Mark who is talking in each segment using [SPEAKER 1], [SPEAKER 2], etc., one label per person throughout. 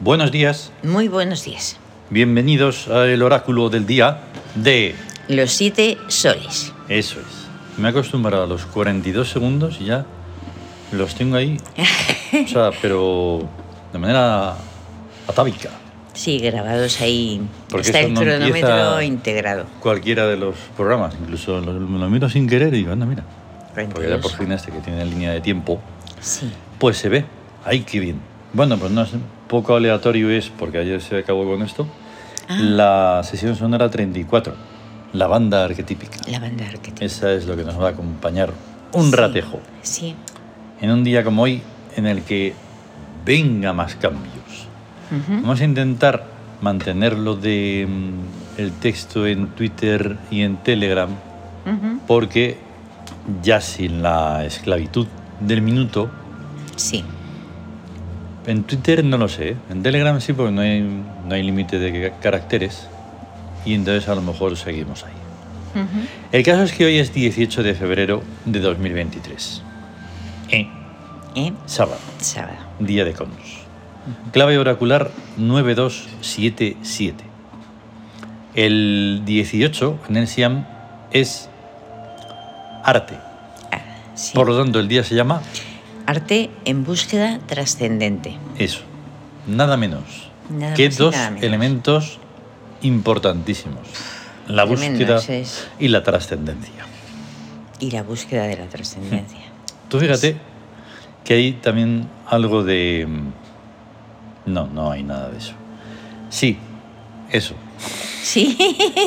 [SPEAKER 1] Buenos días,
[SPEAKER 2] Muy buenos días.
[SPEAKER 1] bienvenidos al oráculo del día de...
[SPEAKER 2] Los siete soles.
[SPEAKER 1] Eso es. Me he acostumbrado a los 42 segundos y ya los tengo ahí. O sea, pero de manera atávica.
[SPEAKER 2] Sí, grabados ahí.
[SPEAKER 1] Porque
[SPEAKER 2] Está
[SPEAKER 1] eso
[SPEAKER 2] el
[SPEAKER 1] no
[SPEAKER 2] cronómetro
[SPEAKER 1] empieza-
[SPEAKER 2] integrado.
[SPEAKER 1] Cualquiera de los programas, incluso lo, lo miro sin querer y digo, anda, mira. Porque ya por
[SPEAKER 2] 42.
[SPEAKER 1] fin este que tiene línea de tiempo,
[SPEAKER 2] Sí.
[SPEAKER 1] pues se ve. Ay, qué bien. Bueno, pues no es poco aleatorio es, porque ayer se acabó con esto,
[SPEAKER 2] Ah.
[SPEAKER 1] la sesión sonora 34, la banda arquetípica.
[SPEAKER 2] La banda arquetípica.
[SPEAKER 1] Esa es lo que nos va a acompañar un
[SPEAKER 2] Sí.
[SPEAKER 1] ratejo.
[SPEAKER 2] Sí.
[SPEAKER 1] En un día como hoy, en el que venga más cambios.
[SPEAKER 2] Ujú.
[SPEAKER 1] Vamos a intentar mantenerlo de mm, el texto en Twitter y en Telegram,
[SPEAKER 2] Ujú.
[SPEAKER 1] porque ya sin la esclavitud del minuto,
[SPEAKER 2] Sí.
[SPEAKER 1] en Twitter no lo sé, en Telegram sí, porque no hay, no hay límite de ca- caracteres, y entonces a lo mejor seguimos ahí.
[SPEAKER 2] Ujú.
[SPEAKER 1] El caso es que hoy es 18 de febrero de 2023. Eh,
[SPEAKER 2] ¿Eh?
[SPEAKER 1] sábado,
[SPEAKER 2] Sábado.
[SPEAKER 1] día de Conus. Clave oracular 9277. El 18 en el Siam es arte.
[SPEAKER 2] Ah, sí.
[SPEAKER 1] Por lo tanto, el día se llama
[SPEAKER 2] Arte en búsqueda trascendente.
[SPEAKER 1] eso. Nada menos
[SPEAKER 2] Nada
[SPEAKER 1] que
[SPEAKER 2] más y
[SPEAKER 1] dos
[SPEAKER 2] nada menos.
[SPEAKER 1] elementos importantísimos. La
[SPEAKER 2] Tremendo,
[SPEAKER 1] búsqueda
[SPEAKER 2] eso es.
[SPEAKER 1] y la trascendencia.
[SPEAKER 2] Y la búsqueda de la trascendencia.
[SPEAKER 1] Tú fíjate que hay también algo de... mm, No, no hay nada de eso. Sí, eso.
[SPEAKER 2] Sí.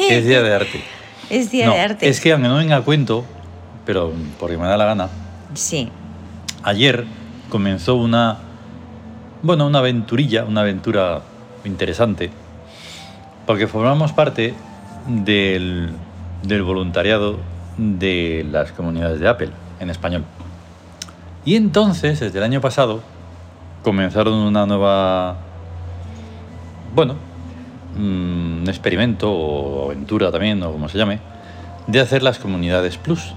[SPEAKER 1] Es día de arte.
[SPEAKER 2] Es día
[SPEAKER 1] No,
[SPEAKER 2] de arte.
[SPEAKER 1] Es que aunque no venga a cuento, pero porque me da la gana,
[SPEAKER 2] Sí.
[SPEAKER 1] ayer comenzó una... Bueno, una aventurilla, una aventura interesante, porque formamos parte del, del voluntariado de las comunidades de Apple en español. Y entonces, desde el año pasado, comenzaron una nueva, bueno, mm, experimento o aventura también, o como se llame, de hacer las comunidades plus.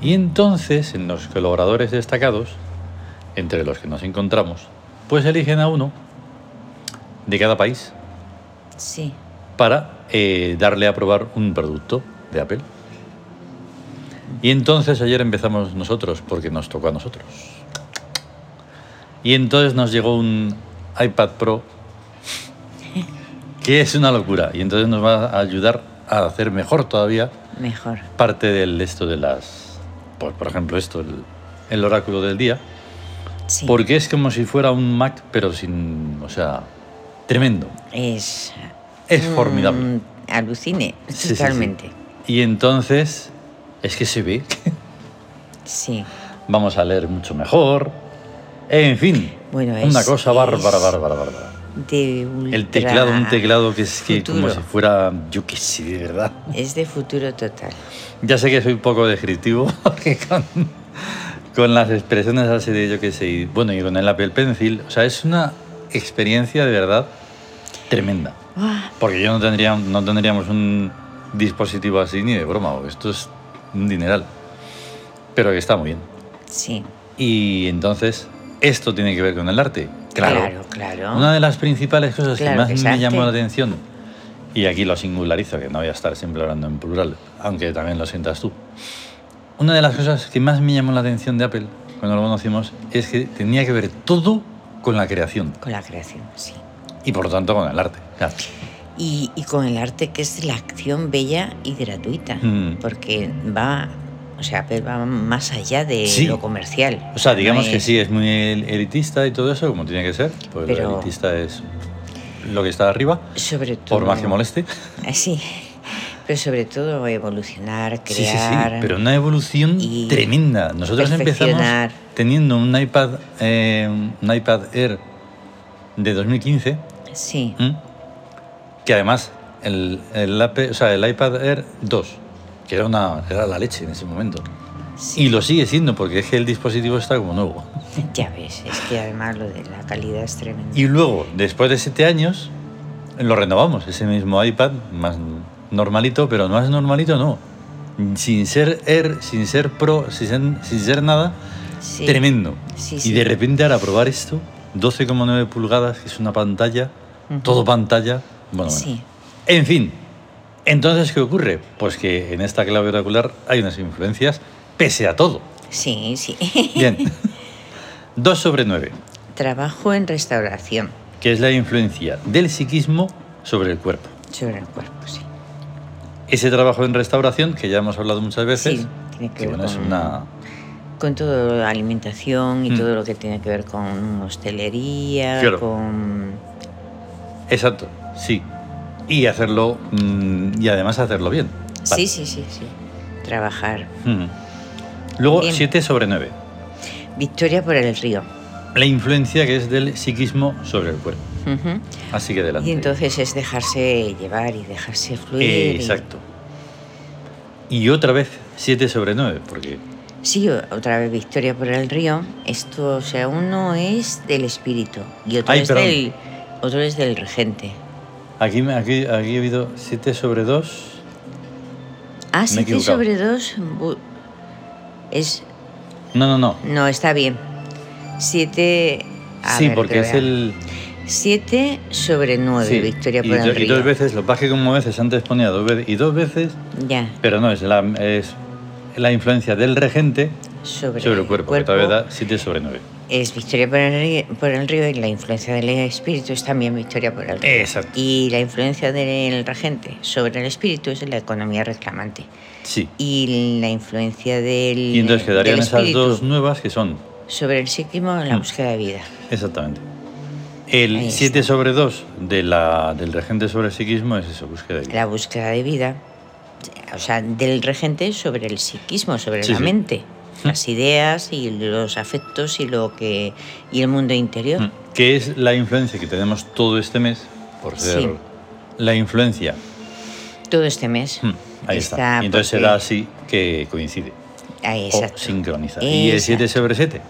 [SPEAKER 1] Y entonces, en los colaboradores destacados, entre los que nos encontramos, pues eligen a uno de cada país
[SPEAKER 2] Sí.
[SPEAKER 1] para eh, darle a probar un producto de Apple. Y entonces ayer empezamos nosotros, porque nos tocó a nosotros. Y entonces nos llegó un iPad Pro, que es una locura. Y entonces nos va a ayudar a hacer mejor todavía
[SPEAKER 2] Mejor.
[SPEAKER 1] parte del esto de las... Pues, por ejemplo, esto, el, el oráculo del día.
[SPEAKER 2] Sí.
[SPEAKER 1] Porque es como si fuera un Mac, pero sin... O sea, tremendo.
[SPEAKER 2] Es.
[SPEAKER 1] Es
[SPEAKER 2] Mm,
[SPEAKER 1] formidable.
[SPEAKER 2] Alucine,
[SPEAKER 1] Sí, sí, sí.
[SPEAKER 2] totalmente.
[SPEAKER 1] Y entonces, es que se ve que
[SPEAKER 2] Sí.
[SPEAKER 1] vamos a leer mucho mejor. En fin,
[SPEAKER 2] Bueno,
[SPEAKER 1] una
[SPEAKER 2] es-
[SPEAKER 1] cosa bárbara,
[SPEAKER 2] es
[SPEAKER 1] bárbara, bárbara.
[SPEAKER 2] De
[SPEAKER 1] El
[SPEAKER 2] ultra-
[SPEAKER 1] teclado, un teclado que es que como
[SPEAKER 2] futuro.
[SPEAKER 1] si fuera, yo qué sé, de verdad.
[SPEAKER 2] Es de futuro total.
[SPEAKER 1] Ya sé que soy poco descriptivo, porque con, con las expresiones así de yo qué sé, y- bueno, y con el Apple Pencil, o sea, es una experiencia de verdad tremenda.
[SPEAKER 2] Ah,
[SPEAKER 1] Porque yo no, tendría, no tendríamos un dispositivo así ni de broma, porque esto es un dineral. Pero que está muy bien.
[SPEAKER 2] sí.
[SPEAKER 1] Y entonces, esto tiene que ver con el arte. Claro.
[SPEAKER 2] Claro, claro.
[SPEAKER 1] Una de las principales cosas
[SPEAKER 2] Claro
[SPEAKER 1] que
[SPEAKER 2] que es
[SPEAKER 1] más me
[SPEAKER 2] arte.
[SPEAKER 1] llamó la atención, y aquí lo singularizo, que no voy a estar siempre hablando en plural, aunque también lo sientas tú. Una de las cosas que más me llamó la atención de Apple cuando lo conocimos es que tenía que ver todo con la creación
[SPEAKER 2] Con la creación, sí.
[SPEAKER 1] y por lo tanto con el arte. Claro.
[SPEAKER 2] Y, y con el arte que es la acción bella y gratuita.
[SPEAKER 1] Mm.
[SPEAKER 2] Porque va. O sea, pero va más allá de
[SPEAKER 1] Sí.
[SPEAKER 2] lo comercial. Eh,
[SPEAKER 1] O sea,
[SPEAKER 2] No
[SPEAKER 1] digamos que
[SPEAKER 2] es-
[SPEAKER 1] sí, es muy el- elitista y todo eso, como tiene que ser, porque
[SPEAKER 2] Pero-
[SPEAKER 1] lo elitista es lo que está arriba,
[SPEAKER 2] Sobre todo.
[SPEAKER 1] por más que moleste.
[SPEAKER 2] Ah, Sí. Pero sobre todo evolucionar,
[SPEAKER 1] Sí, sí, sí,
[SPEAKER 2] crear.
[SPEAKER 1] pero una evolución
[SPEAKER 2] y
[SPEAKER 1] tremenda. Nosotros empezamos
[SPEAKER 2] perfeccionar.
[SPEAKER 1] teniendo un iPad, eh, un iPad Air de 2015,
[SPEAKER 2] Sí,
[SPEAKER 1] ¿m? que además el, el, AP o sea, el iPad Air 2, que era, una, era la leche en ese momento.
[SPEAKER 2] sí.
[SPEAKER 1] Y lo sigue siendo, porque es que el dispositivo está como nuevo.
[SPEAKER 2] Ya ves, es que además lo de la calidad es tremendo.
[SPEAKER 1] Y luego, después de siete años, lo renovamos, ese mismo iPad, más normalito, pero más normalito no. Sin ser Air, sin ser Pro, sin ser, sin ser nada,
[SPEAKER 2] Sí.
[SPEAKER 1] tremendo.
[SPEAKER 2] Sí,
[SPEAKER 1] Y
[SPEAKER 2] sí.
[SPEAKER 1] de repente ahora probar esto, 12,9 pulgadas, que es una pantalla,
[SPEAKER 2] Ujú.
[SPEAKER 1] todo pantalla. Bueno, bueno.
[SPEAKER 2] Sí.
[SPEAKER 1] En fin, entonces, ¿qué ocurre? Pues que en esta clave oracular hay unas influencias, pese a todo.
[SPEAKER 2] Sí, sí.
[SPEAKER 1] Bien, 2 sobre 9,
[SPEAKER 2] Trabajo en restauración
[SPEAKER 1] que es la influencia del psiquismo sobre el cuerpo.
[SPEAKER 2] sobre el cuerpo, sí.
[SPEAKER 1] Ese trabajo en restauración, que ya hemos hablado muchas veces,
[SPEAKER 2] Sí, tiene que
[SPEAKER 1] que
[SPEAKER 2] ver
[SPEAKER 1] bueno, es
[SPEAKER 2] con-
[SPEAKER 1] una...
[SPEAKER 2] Con todo la alimentación y
[SPEAKER 1] Mm.
[SPEAKER 2] todo lo que tiene que ver con hostelería,
[SPEAKER 1] Claro.
[SPEAKER 2] con...
[SPEAKER 1] Exacto, sí. Y hacerlo, mm, y además hacerlo bien. Vale.
[SPEAKER 2] Sí, sí, sí, sí. Trabajar.
[SPEAKER 1] Ujú. Mm. Luego,
[SPEAKER 2] Bien.
[SPEAKER 1] 7 sobre 9.
[SPEAKER 2] Victoria por el río.
[SPEAKER 1] La influencia que es del psiquismo sobre el cuerpo.
[SPEAKER 2] Ujú.
[SPEAKER 1] Así que adelante.
[SPEAKER 2] Y entonces es dejarse llevar y dejarse fluir.
[SPEAKER 1] Eh,
[SPEAKER 2] y-
[SPEAKER 1] exacto. Y otra vez 7 sobre 9, porque
[SPEAKER 2] Sí, o- otra vez Victoria por el río. Esto, o sea, uno es del espíritu y otro,
[SPEAKER 1] Ay,
[SPEAKER 2] es,
[SPEAKER 1] perdón.
[SPEAKER 2] del, otro es del regente.
[SPEAKER 1] aquí, me- aquí, aquí ha habido 7 sobre 2.
[SPEAKER 2] Ah,
[SPEAKER 1] he
[SPEAKER 2] 7
[SPEAKER 1] equivocado.
[SPEAKER 2] sobre 2 es...
[SPEAKER 1] No, no, no.
[SPEAKER 2] No, está bien. 7...
[SPEAKER 1] sí, porque es el...
[SPEAKER 2] 7 sobre 9,
[SPEAKER 1] sí,
[SPEAKER 2] Victoria
[SPEAKER 1] y,
[SPEAKER 2] por el
[SPEAKER 1] do- y
[SPEAKER 2] río.
[SPEAKER 1] dos veces, lo que pasa es que como veces antes ponía dos veces, y dos veces,
[SPEAKER 2] Ya,
[SPEAKER 1] pero no, es la, es la influencia del regente
[SPEAKER 2] sobre,
[SPEAKER 1] sobre el cuerpo, que todavía da 7 sobre 9.
[SPEAKER 2] Es Victoria por el, río, por el río y la influencia del espíritu es también Victoria por el río.
[SPEAKER 1] Exacto.
[SPEAKER 2] Y la influencia del regente sobre el espíritu es la economía reclamante.
[SPEAKER 1] Sí.
[SPEAKER 2] Y la influencia del.
[SPEAKER 1] Y entonces quedarían
[SPEAKER 2] del
[SPEAKER 1] esas
[SPEAKER 2] espíritu
[SPEAKER 1] dos nuevas que son
[SPEAKER 2] Sobre el psiquismo en la
[SPEAKER 1] Mm.
[SPEAKER 2] búsqueda de vida.
[SPEAKER 1] Exactamente.
[SPEAKER 2] Ahí
[SPEAKER 1] El
[SPEAKER 2] está.
[SPEAKER 1] 7 sobre 2 de la, del regente sobre el psiquismo es eso, búsqueda de vida.
[SPEAKER 2] La búsqueda de vida. O sea, del regente sobre el psiquismo, sobre
[SPEAKER 1] Sí,
[SPEAKER 2] la
[SPEAKER 1] sí.
[SPEAKER 2] mente.
[SPEAKER 1] Mm.
[SPEAKER 2] Las ideas y los afectos y lo que. y el mundo interior.
[SPEAKER 1] Mm. Que es la influencia que tenemos todo este mes, por ser
[SPEAKER 2] Sí.
[SPEAKER 1] la influencia.
[SPEAKER 2] Todo este mes.
[SPEAKER 1] Mm. Ahí está. Y entonces
[SPEAKER 2] porque-
[SPEAKER 1] será así que coincide
[SPEAKER 2] Ahí, exacto.
[SPEAKER 1] o sincroniza. Y el 7
[SPEAKER 2] Exacto.
[SPEAKER 1] sobre 7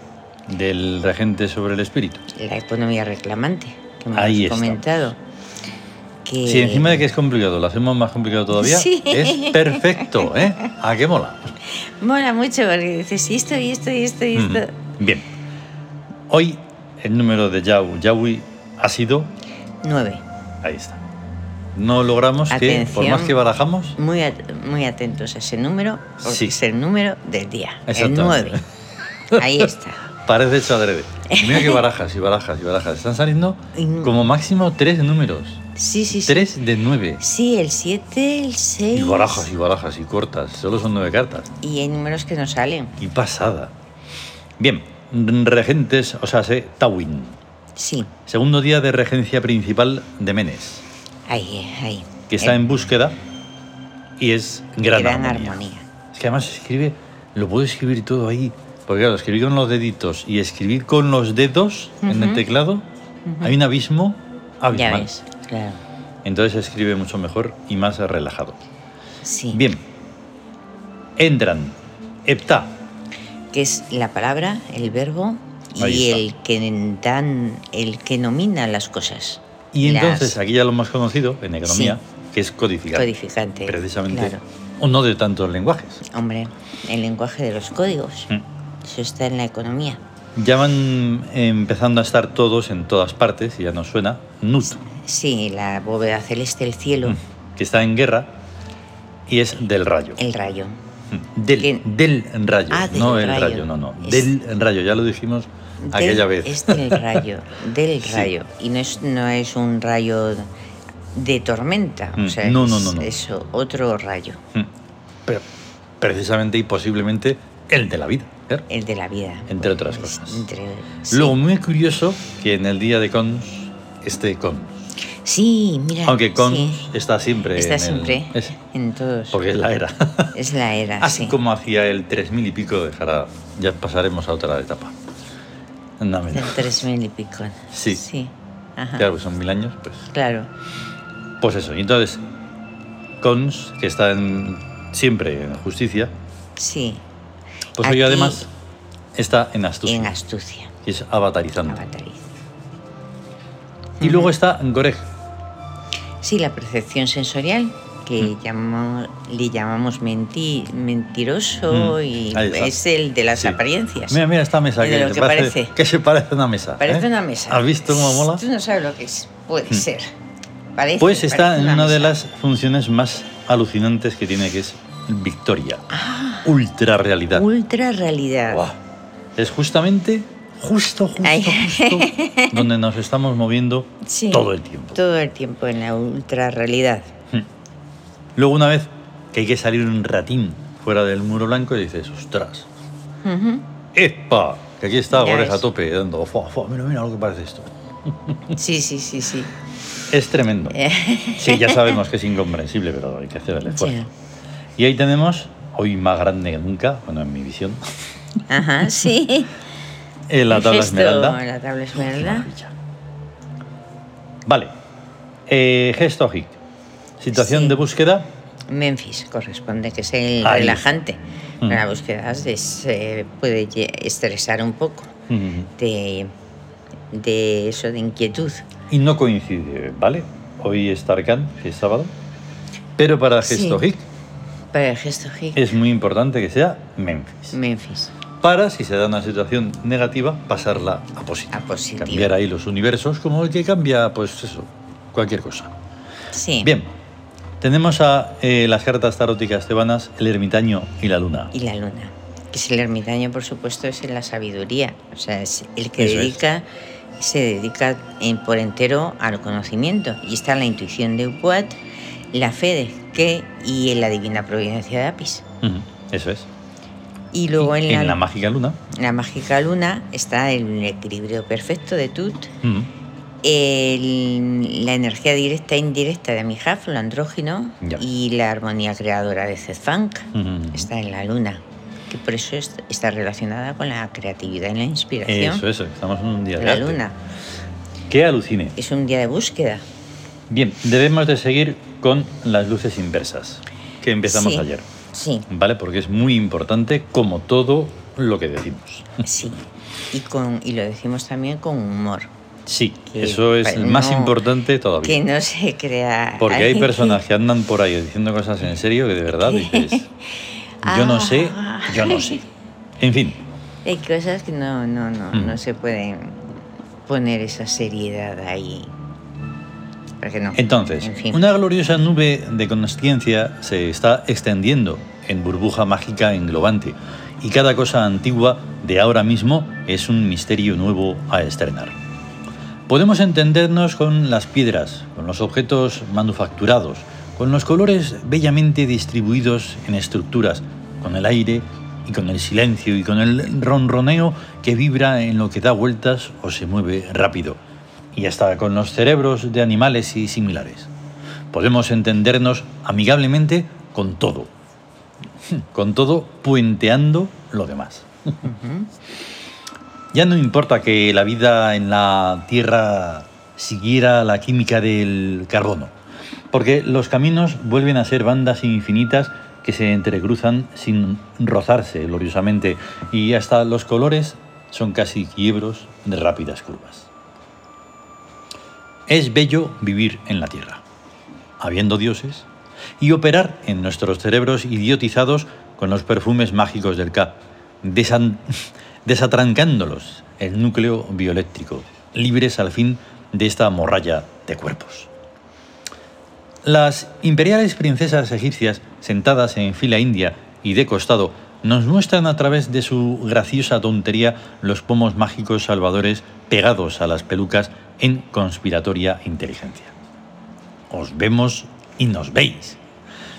[SPEAKER 1] del regente sobre el espíritu.
[SPEAKER 2] la economía reclamante que hemos
[SPEAKER 1] Ahí está.
[SPEAKER 2] comentado. Que...
[SPEAKER 1] Si encima de que es complicado lo hacemos más complicado todavía,
[SPEAKER 2] Eh. Sí.
[SPEAKER 1] es perfecto, ¿eh? ¿A qué mola?
[SPEAKER 2] Mola mucho porque dices "Y esto y esto y esto y
[SPEAKER 1] Mm.
[SPEAKER 2] esto.
[SPEAKER 1] Bien. Hoy el número de Yahweh, Yahweh ha sido
[SPEAKER 2] Nueve.
[SPEAKER 1] Ahí está. No logramos que, por
[SPEAKER 2] Atención.
[SPEAKER 1] más que barajamos,
[SPEAKER 2] Muy, at- muy atentos a ese número porque
[SPEAKER 1] Sí.
[SPEAKER 2] es el número del día. El
[SPEAKER 1] Exactamente.
[SPEAKER 2] nueve. Ahí está.
[SPEAKER 1] parece hecho adrede. Mira que barajas y barajas y barajas. Están saliendo
[SPEAKER 2] Mm.
[SPEAKER 1] como máximo tres números.
[SPEAKER 2] Sí, sí, sí.
[SPEAKER 1] Tres de nueve.
[SPEAKER 2] Sí, el siete, el seis.
[SPEAKER 1] Y barajas y barajas y cortas. Solo son nueve cartas.
[SPEAKER 2] Y hay números que no salen.
[SPEAKER 1] Y pasada. Bien, regentes, o sea, se Tawin.
[SPEAKER 2] Sí,
[SPEAKER 1] Segundo día de regencia principal de Menes,
[SPEAKER 2] ahí, ahí. Eh,
[SPEAKER 1] que está
[SPEAKER 2] El-
[SPEAKER 1] en búsqueda y es gran,
[SPEAKER 2] gran
[SPEAKER 1] armonía.
[SPEAKER 2] armonía.
[SPEAKER 1] Es que además se escribe, lo puedo escribir todo ahí. Porque claro, escribir con los deditos y escribir con los dedos en el
[SPEAKER 2] Ujú.
[SPEAKER 1] teclado, hay un abismo
[SPEAKER 2] Ya
[SPEAKER 1] abismal.
[SPEAKER 2] ves, claro.
[SPEAKER 1] Entonces se escribe mucho mejor y más relajado.
[SPEAKER 2] Sí.
[SPEAKER 1] Bien. Entran. Hepta.
[SPEAKER 2] que es la palabra, el verbo
[SPEAKER 1] Ahí
[SPEAKER 2] y el que dan, el que nomina las cosas.
[SPEAKER 1] Y
[SPEAKER 2] Las-
[SPEAKER 1] entonces, aquí ya lo hemos conocido en economía, que es codificar.
[SPEAKER 2] codificante.
[SPEAKER 1] Precisamente
[SPEAKER 2] Claro.
[SPEAKER 1] uno de tantos lenguajes.
[SPEAKER 2] Hombre, el lenguaje de los códigos.
[SPEAKER 1] Mm.
[SPEAKER 2] Eso está en la economía.
[SPEAKER 1] Ya van empezando a estar todos en todas partes, y ya nos suena, Nut.
[SPEAKER 2] Sí, la bóveda celeste, el cielo,
[SPEAKER 1] Mm. que está en guerra y es del rayo. Mm.
[SPEAKER 2] el rayo.
[SPEAKER 1] Del,
[SPEAKER 2] que-
[SPEAKER 1] del rayo,
[SPEAKER 2] Ah, del
[SPEAKER 1] no el rayo,
[SPEAKER 2] rayo.
[SPEAKER 1] no, no.
[SPEAKER 2] Es-
[SPEAKER 1] Del rayo, ya lo dijimos
[SPEAKER 2] Del-
[SPEAKER 1] aquella vez.
[SPEAKER 2] Es del rayo, del
[SPEAKER 1] Sí.
[SPEAKER 2] rayo. Y no es, no es un rayo de tormenta.
[SPEAKER 1] Mm,
[SPEAKER 2] O sea,
[SPEAKER 1] no, no,
[SPEAKER 2] es
[SPEAKER 1] no, no.
[SPEAKER 2] eso, otro rayo,
[SPEAKER 1] Mm. Pero precisamente y posiblemente el de la vida, claro,
[SPEAKER 2] el de la vida.
[SPEAKER 1] entre otras cosas.
[SPEAKER 2] Entre- sí.
[SPEAKER 1] Luego, muy curioso que en el día de Cons esté Cons.
[SPEAKER 2] Sí, mira.
[SPEAKER 1] Aunque Cons
[SPEAKER 2] sí.
[SPEAKER 1] está siempre.
[SPEAKER 2] Está
[SPEAKER 1] en el-
[SPEAKER 2] siempre
[SPEAKER 1] es-
[SPEAKER 2] en todos.
[SPEAKER 1] porque es la era.
[SPEAKER 2] Es la era.
[SPEAKER 1] Así
[SPEAKER 2] sí.
[SPEAKER 1] como hacía el 3000 y pico de Jara, ya pasaremos a otra etapa. Nada
[SPEAKER 2] Del
[SPEAKER 1] menos.
[SPEAKER 2] 3000 y pico.
[SPEAKER 1] Sí.
[SPEAKER 2] Sí. Ajá.
[SPEAKER 1] Claro, que son mil años, pues.
[SPEAKER 2] Claro.
[SPEAKER 1] Pues eso, y entonces, Cons, que está en- siempre en justicia,
[SPEAKER 2] Sí.
[SPEAKER 1] pues hoy
[SPEAKER 2] Aquí-
[SPEAKER 1] además está en Astucia,
[SPEAKER 2] En Ah, astucia.
[SPEAKER 1] que es avatarizando.
[SPEAKER 2] Avatariz.
[SPEAKER 1] Y luego está Goreg,
[SPEAKER 2] Sí, la percepción sensorial, que que
[SPEAKER 1] Mm.
[SPEAKER 2] llamamos- le llamamos menti- mentiroso
[SPEAKER 1] Mm,
[SPEAKER 2] y
[SPEAKER 1] ahí está.
[SPEAKER 2] es el de las
[SPEAKER 1] Sí.
[SPEAKER 2] apariencias.
[SPEAKER 1] Mira, mira esta mesa
[SPEAKER 2] De
[SPEAKER 1] que,
[SPEAKER 2] lo
[SPEAKER 1] se
[SPEAKER 2] que
[SPEAKER 1] parece,
[SPEAKER 2] parece.
[SPEAKER 1] que se parece a una mesa.
[SPEAKER 2] Parece
[SPEAKER 1] ¿eh?
[SPEAKER 2] una mesa.
[SPEAKER 1] ¿Has visto cómo mola?
[SPEAKER 2] Tú no sabes lo que es. Puede
[SPEAKER 1] Mm.
[SPEAKER 2] ser. Parece,
[SPEAKER 1] Pues está
[SPEAKER 2] parece
[SPEAKER 1] en una de
[SPEAKER 2] mesa.
[SPEAKER 1] las funciones más alucinantes que tiene, que es Victoria. Ultra realidad.
[SPEAKER 2] Ah. Ultra realidad.
[SPEAKER 1] Guau. Es justamente, justo, justo,
[SPEAKER 2] Ay.
[SPEAKER 1] justo donde nos estamos moviendo
[SPEAKER 2] Sí.
[SPEAKER 1] todo el tiempo.
[SPEAKER 2] Todo el tiempo en la ultra realidad.
[SPEAKER 1] Luego una vez que hay que salir un ratín fuera del muro blanco y dices, ostras,
[SPEAKER 2] Ujú.
[SPEAKER 1] ¡epa! Que aquí está
[SPEAKER 2] Ya
[SPEAKER 1] Gores a
[SPEAKER 2] ves.
[SPEAKER 1] tope, dando, "Fua, fua, mira, mira lo que parece esto.
[SPEAKER 2] Sí, sí, sí, sí.
[SPEAKER 1] Es tremendo.
[SPEAKER 2] Eh,
[SPEAKER 1] Sí, ya sabemos que es incomprensible, pero hay que hacer el esfuerzo.
[SPEAKER 2] ya.
[SPEAKER 1] Y ahí tenemos, hoy más grande que nunca, bueno, en mi visión,
[SPEAKER 2] Ajá, sí.
[SPEAKER 1] en la tabla
[SPEAKER 2] Gesto,
[SPEAKER 1] esmeralda.
[SPEAKER 2] La tabla
[SPEAKER 1] Qué
[SPEAKER 2] esmeralda.
[SPEAKER 1] maravilla. Vale. Eh, gesto hic. Situación
[SPEAKER 2] Sí.
[SPEAKER 1] de búsqueda.
[SPEAKER 2] Memphis corresponde, que es el
[SPEAKER 1] Ahí.
[SPEAKER 2] relajante.
[SPEAKER 1] Mm.
[SPEAKER 2] Para búsquedas es, eh, puede lle- estresar un poco
[SPEAKER 1] Mm.
[SPEAKER 2] de, de eso, de inquietud.
[SPEAKER 1] Y no coincide, ¿vale? Hoy es Tarkan, que es sábado. Pero para
[SPEAKER 2] Sí.
[SPEAKER 1] gesto hic
[SPEAKER 2] Para el gesto hic,
[SPEAKER 1] es muy importante que sea Memphis.
[SPEAKER 2] Memphis.
[SPEAKER 1] Para, si se da una situación negativa, pasarla a positiva.
[SPEAKER 2] A positiva.
[SPEAKER 1] Cambiar ahí los universos, como el que cambia, pues eso, cualquier cosa.
[SPEAKER 2] Sí.
[SPEAKER 1] Bien, tenemos a eh, las cartas taróticas tebanas, el ermitaño y la luna.
[SPEAKER 2] Y la luna. Que es el ermitaño, por supuesto, es en la sabiduría. O sea, es el que
[SPEAKER 1] Eso es.
[SPEAKER 2] dedica, se dedica en- por entero al conocimiento. Y está la intuición de Upuat, la fe de Que y en la divina providencia de Apis.
[SPEAKER 1] Ujú, Eso es.
[SPEAKER 2] Y luego en,
[SPEAKER 1] en
[SPEAKER 2] la,
[SPEAKER 1] la mágica luna.
[SPEAKER 2] la mágica luna está el equilibrio perfecto de Tut,
[SPEAKER 1] Ujú,
[SPEAKER 2] el- la energía directa e indirecta de Mijaf, lo andrógino,
[SPEAKER 1] Ya.
[SPEAKER 2] y la armonía creadora de Zedfunk
[SPEAKER 1] ujú.
[SPEAKER 2] está en la luna, que por eso es- está relacionada con la creatividad y la inspiración.
[SPEAKER 1] Eso, eso, estamos en un día de
[SPEAKER 2] La
[SPEAKER 1] arte.
[SPEAKER 2] luna
[SPEAKER 1] Que alucine.
[SPEAKER 2] es un día de búsqueda.
[SPEAKER 1] Bien, debemos de seguir con las luces inversas, que empezamos
[SPEAKER 2] Sí,
[SPEAKER 1] ayer,
[SPEAKER 2] Sí,
[SPEAKER 1] ¿vale? Porque es muy importante como todo lo que decimos.
[SPEAKER 2] sí. Y, con, y lo decimos también con humor.
[SPEAKER 1] Sí,
[SPEAKER 2] Que
[SPEAKER 1] eso es
[SPEAKER 2] pa-
[SPEAKER 1] más
[SPEAKER 2] no-
[SPEAKER 1] importante
[SPEAKER 2] Que
[SPEAKER 1] todavía.
[SPEAKER 2] no se crea.
[SPEAKER 1] Porque hay
[SPEAKER 2] ahí.
[SPEAKER 1] personas que andan por ahí diciendo cosas en serio que de verdad dices, yo no sé,
[SPEAKER 2] Ah.
[SPEAKER 1] yo no sé. En fin,
[SPEAKER 2] Hay cosas que no, no, no,
[SPEAKER 1] Mm.
[SPEAKER 2] no se pueden poner esa seriedad ahí. Porque no.
[SPEAKER 1] Entonces,
[SPEAKER 2] En fin.
[SPEAKER 1] una gloriosa nube de consciencia se está extendiendo en burbuja mágica englobante, y cada cosa antigua de ahora mismo es un misterio nuevo a estrenar. Podemos entendernos con las piedras, con los objetos manufacturados, con los colores bellamente distribuidos en estructuras, con el aire y con el silencio y con el ronroneo que vibra en lo que da vueltas o se mueve rápido, y hasta con los cerebros de animales y similares. Podemos entendernos amigablemente con todo, con todo puenteando lo demás.
[SPEAKER 2] Ujú.
[SPEAKER 1] Ya no importa que la vida en la Tierra siguiera la química del carbono, porque los caminos vuelven a ser bandas infinitas que se entrecruzan sin rozarse gloriosamente y hasta los colores son casi quiebros de rápidas curvas. Es bello vivir en la Tierra, habiendo dioses, y operar en nuestros cerebros idiotizados con los perfumes mágicos del K, desan- desatrancándolos el núcleo bioeléctrico, libres al fin de esta morralla de cuerpos. Las imperiales princesas egipcias, sentadas en fila india y de costado, nos muestran a través de su graciosa tontería los pomos mágicos salvadores pegados a las pelucas en conspiratoria e inteligencia. Os vemos y nos veis.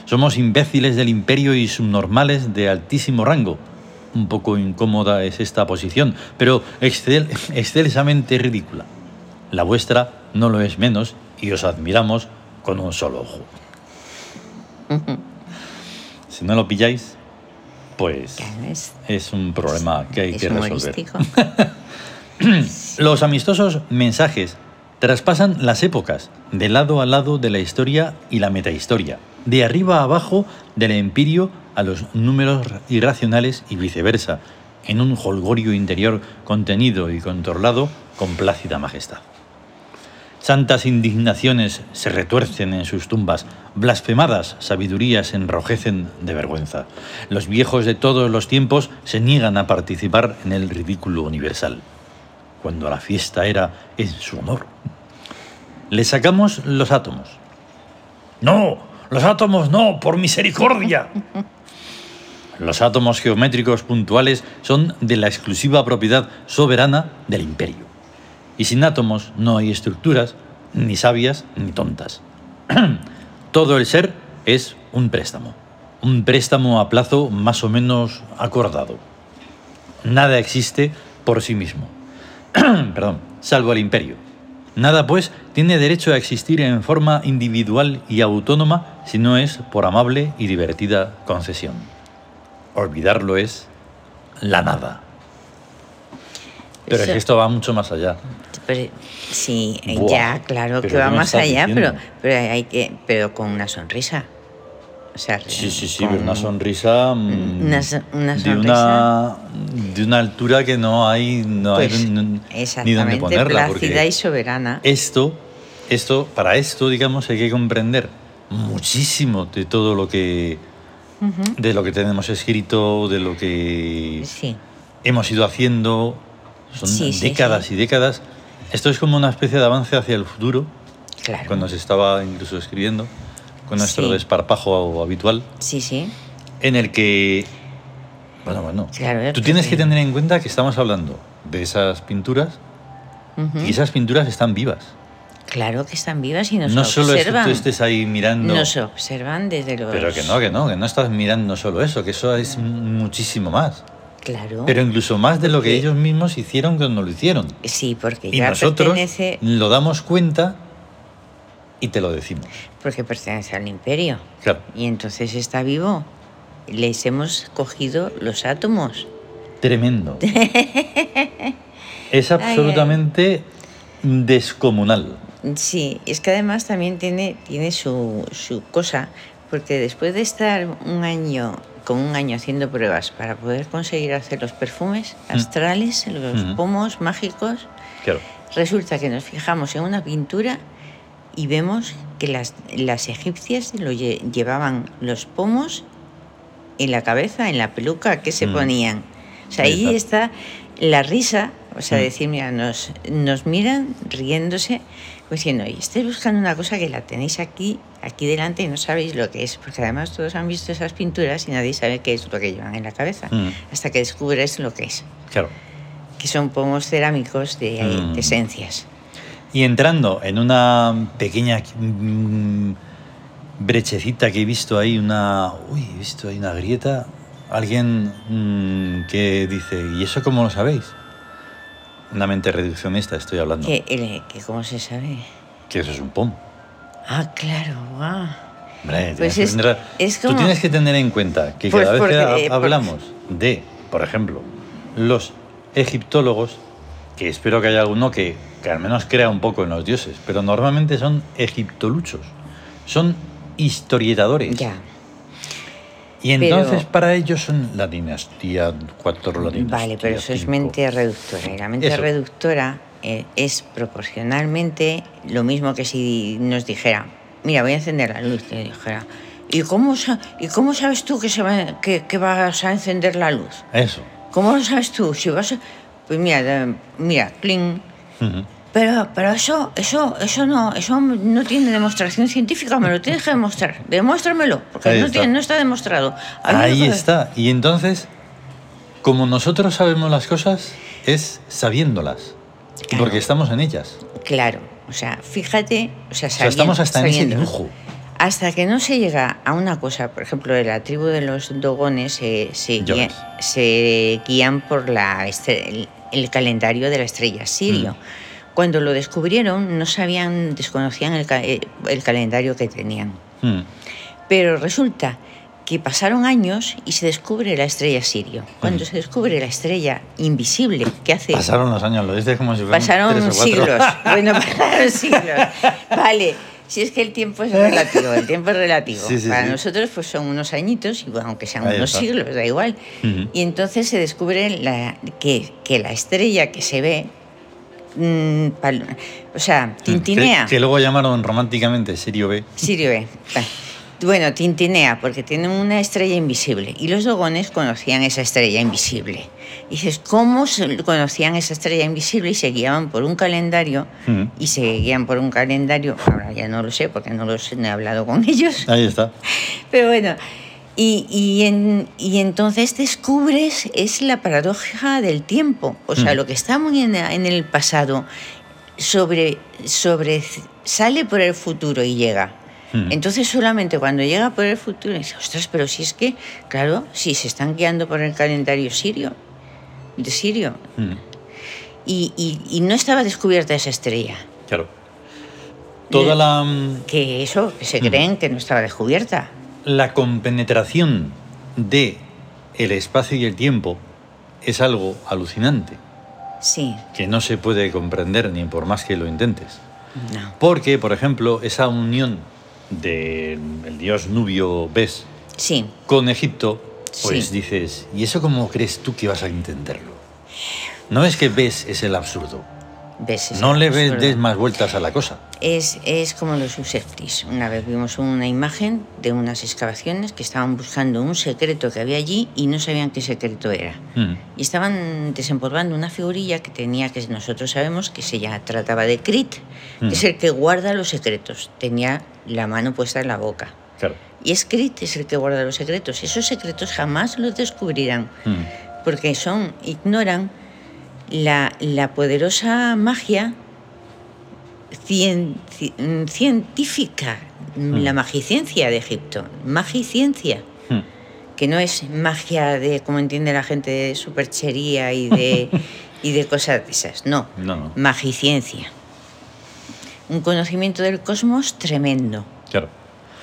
[SPEAKER 1] Somos imbéciles del imperio y subnormales de altísimo rango. Un poco incómoda es esta posición, pero excel- excelsamente ridícula. La vuestra no lo es menos y os admiramos con un solo ojo. Si no lo pilláis, pues
[SPEAKER 2] Claro, es,
[SPEAKER 1] es un problema que hay
[SPEAKER 2] es
[SPEAKER 1] que resolver.
[SPEAKER 2] humorístico.
[SPEAKER 1] Los amistosos mensajes traspasan las épocas, de lado a lado de la historia y la metahistoria, de arriba a abajo del empirio a los números irracionales y viceversa, en un holgorio interior contenido y controlado con plácida majestad. Santas indignaciones se retuercen en sus tumbas, Blasfemadas sabidurías se enrojecen de vergüenza. Los viejos de todos los tiempos se niegan a participar en el ridículo universal, cuando la fiesta era en su honor. Le sacamos los átomos. No, los átomos no, por misericordia. Los átomos geométricos puntuales son de la exclusiva propiedad soberana del imperio. Y sin átomos no hay estructuras, ni sabias ni tontas. Todo el ser es un préstamo. Un préstamo a plazo más o menos acordado. Nada existe por sí mismo. Perdón, salvo el imperio. Nada, pues, tiene derecho a existir en forma individual y autónoma si no es por amable y divertida concesión. Olvidarlo es la nada. Pero es
[SPEAKER 2] Eso-
[SPEAKER 1] que esto va mucho más allá.
[SPEAKER 2] Pero, sí, eh,
[SPEAKER 1] Buah,
[SPEAKER 2] ya, claro
[SPEAKER 1] pero
[SPEAKER 2] que va
[SPEAKER 1] ¿qué me
[SPEAKER 2] más
[SPEAKER 1] estás
[SPEAKER 2] allá, pero,
[SPEAKER 1] diciendo?
[SPEAKER 2] pero hay que, pero con una sonrisa. O sea,
[SPEAKER 1] Sí, sí, sí,
[SPEAKER 2] con-
[SPEAKER 1] pero una sonrisa. mm,
[SPEAKER 2] Una so- una
[SPEAKER 1] De una, de una altura que no hay, no hay
[SPEAKER 2] pues,
[SPEAKER 1] n- ni dónde
[SPEAKER 2] exactamente,
[SPEAKER 1] ponerla.
[SPEAKER 2] plácida
[SPEAKER 1] Porque Eh,
[SPEAKER 2] y soberana.
[SPEAKER 1] esto, esto, para esto, digamos, hay que comprender muchísimo de todo lo que.
[SPEAKER 2] Ujú,
[SPEAKER 1] de lo que tenemos escrito, de lo que
[SPEAKER 2] Sí,
[SPEAKER 1] hemos ido haciendo. Son
[SPEAKER 2] Sí, sí,
[SPEAKER 1] décadas
[SPEAKER 2] sí.
[SPEAKER 1] y décadas. Esto es como una especie de avance hacia el futuro,
[SPEAKER 2] claro.
[SPEAKER 1] cuando se estaba incluso escribiendo, con nuestro
[SPEAKER 2] Sí.
[SPEAKER 1] desparpajo habitual.
[SPEAKER 2] Sí, sí.
[SPEAKER 1] en el que... Bueno, bueno.
[SPEAKER 2] Claro, eh,
[SPEAKER 1] tú tienes que
[SPEAKER 2] porque-
[SPEAKER 1] tener en cuenta que estamos hablando de esas pinturas
[SPEAKER 2] ujú.
[SPEAKER 1] y esas pinturas están vivas.
[SPEAKER 2] Claro que están vivas y nos
[SPEAKER 1] No solo es que
[SPEAKER 2] observan.
[SPEAKER 1] tú estés ahí mirando...
[SPEAKER 2] Nos observan desde los.
[SPEAKER 1] Pero que no, que no, que no estás mirando solo eso, que eso es muchísimo más.
[SPEAKER 2] Claro.
[SPEAKER 1] Pero incluso más de lo que
[SPEAKER 2] Porque-
[SPEAKER 1] ellos mismos hicieron cuando lo hicieron.
[SPEAKER 2] sí, porque
[SPEAKER 1] Y
[SPEAKER 2] ya
[SPEAKER 1] nosotros
[SPEAKER 2] pertenece.
[SPEAKER 1] lo damos cuenta y te lo decimos.
[SPEAKER 2] Porque pertenece al imperio.
[SPEAKER 1] Claro.
[SPEAKER 2] Y entonces está vivo. Les hemos cogido los átomos.
[SPEAKER 1] Tremendo. es absolutamente descomunal.
[SPEAKER 2] Sí, es que además también tiene, tiene su, su cosa, porque después de estar un año, con un año haciendo pruebas para poder conseguir hacer los perfumes
[SPEAKER 1] Mm.
[SPEAKER 2] astrales, los
[SPEAKER 1] Ujú.
[SPEAKER 2] pomos mágicos,
[SPEAKER 1] Claro.
[SPEAKER 2] resulta que nos fijamos en una pintura y vemos que las, las egipcias lo lle- llevaban los pomos en la cabeza, en la peluca que se
[SPEAKER 1] Mm.
[SPEAKER 2] ponían. O sea,
[SPEAKER 1] Ahí
[SPEAKER 2] ahí está la risa, o sea,
[SPEAKER 1] Mm.
[SPEAKER 2] decir, mira, nos, nos miran riéndose, como diciendo, y estáis buscando una cosa que la tenéis aquí, aquí delante y no sabéis lo que es, porque además todos han visto esas pinturas y nadie sabe qué es lo que llevan en la cabeza,
[SPEAKER 1] Mm.
[SPEAKER 2] hasta que descubres lo que es,
[SPEAKER 1] Claro.
[SPEAKER 2] que son pomos cerámicos de, eh,
[SPEAKER 1] Mm.
[SPEAKER 2] de esencias.
[SPEAKER 1] Y entrando en una pequeña mm, brechecita que he visto ahí, una. Uy, he visto ahí una grieta. Alguien mm, que dice, ¿y eso cómo lo sabéis? Una mente reduccionista, estoy hablando.
[SPEAKER 2] Que, el- que ¿Cómo se sabe?
[SPEAKER 1] Que eso es un POM.
[SPEAKER 2] Ah, claro, guau.
[SPEAKER 1] Hombre, tienes
[SPEAKER 2] Pues
[SPEAKER 1] que
[SPEAKER 2] es-
[SPEAKER 1] tener-
[SPEAKER 2] es
[SPEAKER 1] Tú
[SPEAKER 2] como-
[SPEAKER 1] tienes que tener en cuenta que
[SPEAKER 2] Pues
[SPEAKER 1] cada vez
[SPEAKER 2] porque-
[SPEAKER 1] que ha- hablamos de, por ejemplo, los egiptólogos, que espero que haya alguno que, que al menos crea un poco en los dioses, pero normalmente son egiptoluchos, son historiadores.
[SPEAKER 2] Ya,
[SPEAKER 1] y
[SPEAKER 2] pero-
[SPEAKER 1] entonces para ellos son la dinastía, cuatro la dinastía.
[SPEAKER 2] vale, pero eso es
[SPEAKER 1] cinco.
[SPEAKER 2] mente reductora. Y la mente
[SPEAKER 1] Eso.
[SPEAKER 2] reductora eh, es proporcionalmente lo mismo que si nos dijera, mira, voy a encender la luz, te dijera, ¿y cómo, sa- ¿y cómo sabes tú que, se va- que- que vas a encender la luz?
[SPEAKER 1] Eso.
[SPEAKER 2] ¿Cómo lo sabes tú? Si vas a- Pues mira, da- mira, cling.
[SPEAKER 1] Ujú.
[SPEAKER 2] Pero, pero eso, eso, eso no, eso no tiene demostración científica, me lo tienes que demostrar. Demuéstramelo, porque
[SPEAKER 1] Ahí
[SPEAKER 2] no,
[SPEAKER 1] está.
[SPEAKER 2] Tiene, no está demostrado. A mí me
[SPEAKER 1] Ahí
[SPEAKER 2] parece-
[SPEAKER 1] está. Y entonces, como nosotros sabemos las cosas, es sabiéndolas.
[SPEAKER 2] Claro.
[SPEAKER 1] Porque estamos en ellas.
[SPEAKER 2] Claro, o sea, fíjate, o sea,
[SPEAKER 1] O sea, estamos
[SPEAKER 2] sabien-
[SPEAKER 1] hasta en ese
[SPEAKER 2] sabiendo.
[SPEAKER 1] dibujo.
[SPEAKER 2] Hasta que no se llega a una cosa, por ejemplo, de la tribu de los dogones eh, se, guía-
[SPEAKER 1] Yogas.
[SPEAKER 2] se guían por la estre- el, el calendario de la estrella Sirio.
[SPEAKER 1] Mm.
[SPEAKER 2] Cuando lo descubrieron, no sabían, desconocían el, ca- eh, el calendario que tenían.
[SPEAKER 1] Mm.
[SPEAKER 2] Pero resulta que pasaron años y se descubre la estrella Sirio. Cuando
[SPEAKER 1] Mm.
[SPEAKER 2] se descubre la estrella invisible, que hace
[SPEAKER 1] Pasaron los años, lo dices como si fueran tres
[SPEAKER 2] Pasaron
[SPEAKER 1] o cuatro.
[SPEAKER 2] siglos. Bueno, pasaron siglos. Vale. Si es que el tiempo es relativo, el tiempo es relativo.
[SPEAKER 1] Sí, sí,
[SPEAKER 2] Para
[SPEAKER 1] sí.
[SPEAKER 2] nosotros pues son unos añitos, y bueno, aunque sean
[SPEAKER 1] Ahí
[SPEAKER 2] unos
[SPEAKER 1] está.
[SPEAKER 2] siglos, da igual.
[SPEAKER 1] Ujú.
[SPEAKER 2] Y entonces se descubre la- que, que la estrella que se ve mm, pal- o sea,
[SPEAKER 1] Que,
[SPEAKER 2] tintinea.
[SPEAKER 1] que luego llamaron románticamente Sirio B.
[SPEAKER 2] Sirio B. Vale. Bueno, tintinea, porque tienen una estrella invisible. Y los dogones conocían esa estrella invisible. Y dices, ¿cómo se- conocían esa estrella invisible? Y se guiaban por un calendario.
[SPEAKER 1] Mm.
[SPEAKER 2] Y se guían por un calendario. Ahora ya no lo sé, porque no, lo sé, no he hablado con ellos.
[SPEAKER 1] Ahí está.
[SPEAKER 2] Pero bueno. Y, y, en- y entonces descubres, es la paradoja del tiempo. O sea,
[SPEAKER 1] Mm.
[SPEAKER 2] lo que está muy en, en el pasado sobre, sobre, sale por el futuro y llega.
[SPEAKER 1] Mm.
[SPEAKER 2] Entonces solamente cuando llega por el futuro dices, ostras, pero si es que, claro, si se están guiando por el calendario sirio, de Sirio,
[SPEAKER 1] Mm.
[SPEAKER 2] y, y- y no estaba descubierta esa estrella,
[SPEAKER 1] Claro. Toda
[SPEAKER 2] Eh,
[SPEAKER 1] la, mm,
[SPEAKER 2] que eso, que se
[SPEAKER 1] Mm.
[SPEAKER 2] creen que no estaba descubierta.
[SPEAKER 1] la compenetración de el espacio y el tiempo es algo alucinante
[SPEAKER 2] Sí,
[SPEAKER 1] que no se puede comprender ni por más que lo intentes.
[SPEAKER 2] no,
[SPEAKER 1] Porque, por ejemplo, esa unión del dios Nubio Bes
[SPEAKER 2] sí,
[SPEAKER 1] con Egipto, pues
[SPEAKER 2] Sí.
[SPEAKER 1] dices, ¿y eso cómo crees tú que vas a entenderlo? No es que Bes es el absurdo,
[SPEAKER 2] ves. es
[SPEAKER 1] no le ves-
[SPEAKER 2] absurdo.
[SPEAKER 1] des más vueltas a la cosa.
[SPEAKER 2] Es, es como los Useftis. Una vez vimos una imagen de unas excavaciones que estaban buscando un secreto que había allí y no sabían qué secreto era.
[SPEAKER 1] Mm,
[SPEAKER 2] y estaban desempolvando una figurilla que tenía que nosotros sabemos que se ya trataba de Crit, que
[SPEAKER 1] Mm.
[SPEAKER 2] es el que guarda los secretos. Tenía la mano puesta en la boca.
[SPEAKER 1] claro.
[SPEAKER 2] Y es Crit es el que guarda los secretos. Esos secretos jamás los descubrirán
[SPEAKER 1] Mm,
[SPEAKER 2] porque son ignoran la, la poderosa magia cien- ci- mm, científica, mm, la
[SPEAKER 1] Mm.
[SPEAKER 2] magiciencia de Egipto, magiciencia
[SPEAKER 1] mm.
[SPEAKER 2] que no es magia de, como entiende la gente, de superchería y de, y de cosas de esas, no,
[SPEAKER 1] No, no.
[SPEAKER 2] magiciencia. Un conocimiento del cosmos tremendo,
[SPEAKER 1] Claro.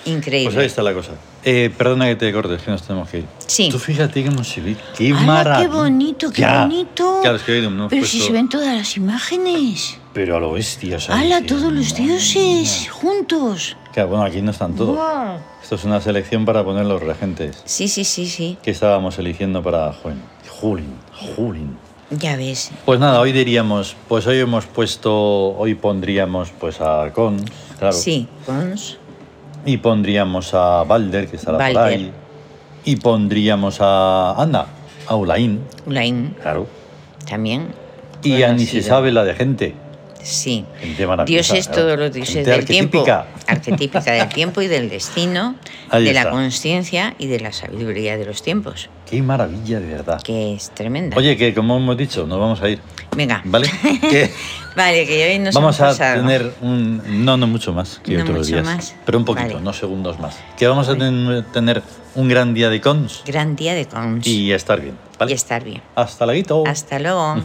[SPEAKER 2] increíble.
[SPEAKER 1] Pues ahí está la cosa. Eh, perdona que te cortes, que nos tenemos que ir.
[SPEAKER 2] Sí.
[SPEAKER 1] Tú fíjate que hemos vivido. ¡Qué
[SPEAKER 2] ¡Hala,
[SPEAKER 1] maravilla!
[SPEAKER 2] qué bonito, qué
[SPEAKER 1] Ya.
[SPEAKER 2] bonito!
[SPEAKER 1] Claro, es que hoy no Pues hemos
[SPEAKER 2] Pero si
[SPEAKER 1] puesto-
[SPEAKER 2] se ven todas las imágenes.
[SPEAKER 1] Pero a lo bestia, o sea,
[SPEAKER 2] ¡Hala,
[SPEAKER 1] dices,
[SPEAKER 2] todos los
[SPEAKER 1] madre
[SPEAKER 2] dioses
[SPEAKER 1] mía.
[SPEAKER 2] juntos!
[SPEAKER 1] Claro, bueno, aquí no están todos.
[SPEAKER 2] Guau.
[SPEAKER 1] Esto es una selección para poner los regentes
[SPEAKER 2] Sí, sí, sí, sí.
[SPEAKER 1] que estábamos eligiendo para Juan. Julin, Julin.
[SPEAKER 2] Ya ves.
[SPEAKER 1] Pues nada, hoy diríamos, pues hoy hemos puesto, hoy pondríamos pues a Con, claro.
[SPEAKER 2] Sí, Pons.
[SPEAKER 1] Y pondríamos a Balder, que estará por
[SPEAKER 2] Balder.
[SPEAKER 1] ahí. Y pondríamos a Anda, a Ulain,
[SPEAKER 2] Ulain
[SPEAKER 1] claro.
[SPEAKER 2] también.
[SPEAKER 1] Y
[SPEAKER 2] Bueno,
[SPEAKER 1] a ni
[SPEAKER 2] ha
[SPEAKER 1] se
[SPEAKER 2] sido.
[SPEAKER 1] sabe la de gente.
[SPEAKER 2] Sí.
[SPEAKER 1] Gente maravillosa.
[SPEAKER 2] Dioses,
[SPEAKER 1] claro.
[SPEAKER 2] todos los dioses
[SPEAKER 1] Gente
[SPEAKER 2] del tiempo.
[SPEAKER 1] arquetípica.
[SPEAKER 2] Arquetípica del tiempo y del destino,
[SPEAKER 1] Ahí
[SPEAKER 2] de la
[SPEAKER 1] está.
[SPEAKER 2] conciencia y de la sabiduría de los tiempos,
[SPEAKER 1] Qué maravilla, de verdad.
[SPEAKER 2] que es tremenda.
[SPEAKER 1] Oye, que como hemos dicho, nos vamos a ir,
[SPEAKER 2] Venga.
[SPEAKER 1] ¿vale? Que
[SPEAKER 2] Vale, que hoy nos
[SPEAKER 1] vamos a
[SPEAKER 2] hemos pasado.
[SPEAKER 1] tener un... No, no mucho más que
[SPEAKER 2] No
[SPEAKER 1] otros
[SPEAKER 2] mucho
[SPEAKER 1] días.
[SPEAKER 2] más.
[SPEAKER 1] Pero un poquito,
[SPEAKER 2] Vale.
[SPEAKER 1] unos segundos más. Que vamos a ten- tener un gran día de cons
[SPEAKER 2] Gran día de cons.
[SPEAKER 1] y estar bien, ¿vale?
[SPEAKER 2] Y estar bien.
[SPEAKER 1] Hasta luego.
[SPEAKER 2] Hasta luego.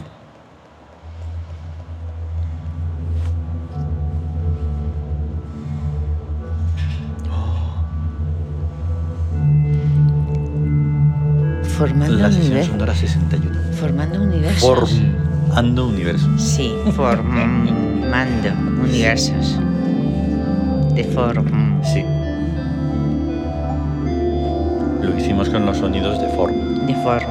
[SPEAKER 2] Formando
[SPEAKER 1] La
[SPEAKER 2] un
[SPEAKER 1] sesión
[SPEAKER 2] universo.
[SPEAKER 1] sonora 61.
[SPEAKER 2] Formando universos.
[SPEAKER 1] Formando universo.
[SPEAKER 2] Sí, formando universos. De form.
[SPEAKER 1] Sí. Lo hicimos con los sonidos de form.
[SPEAKER 2] De form.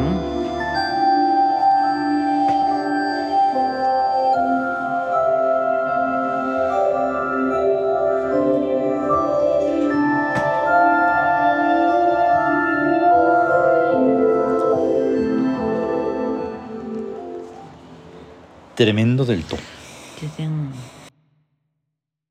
[SPEAKER 1] Tremendo del todo.
[SPEAKER 2] Yo tengo-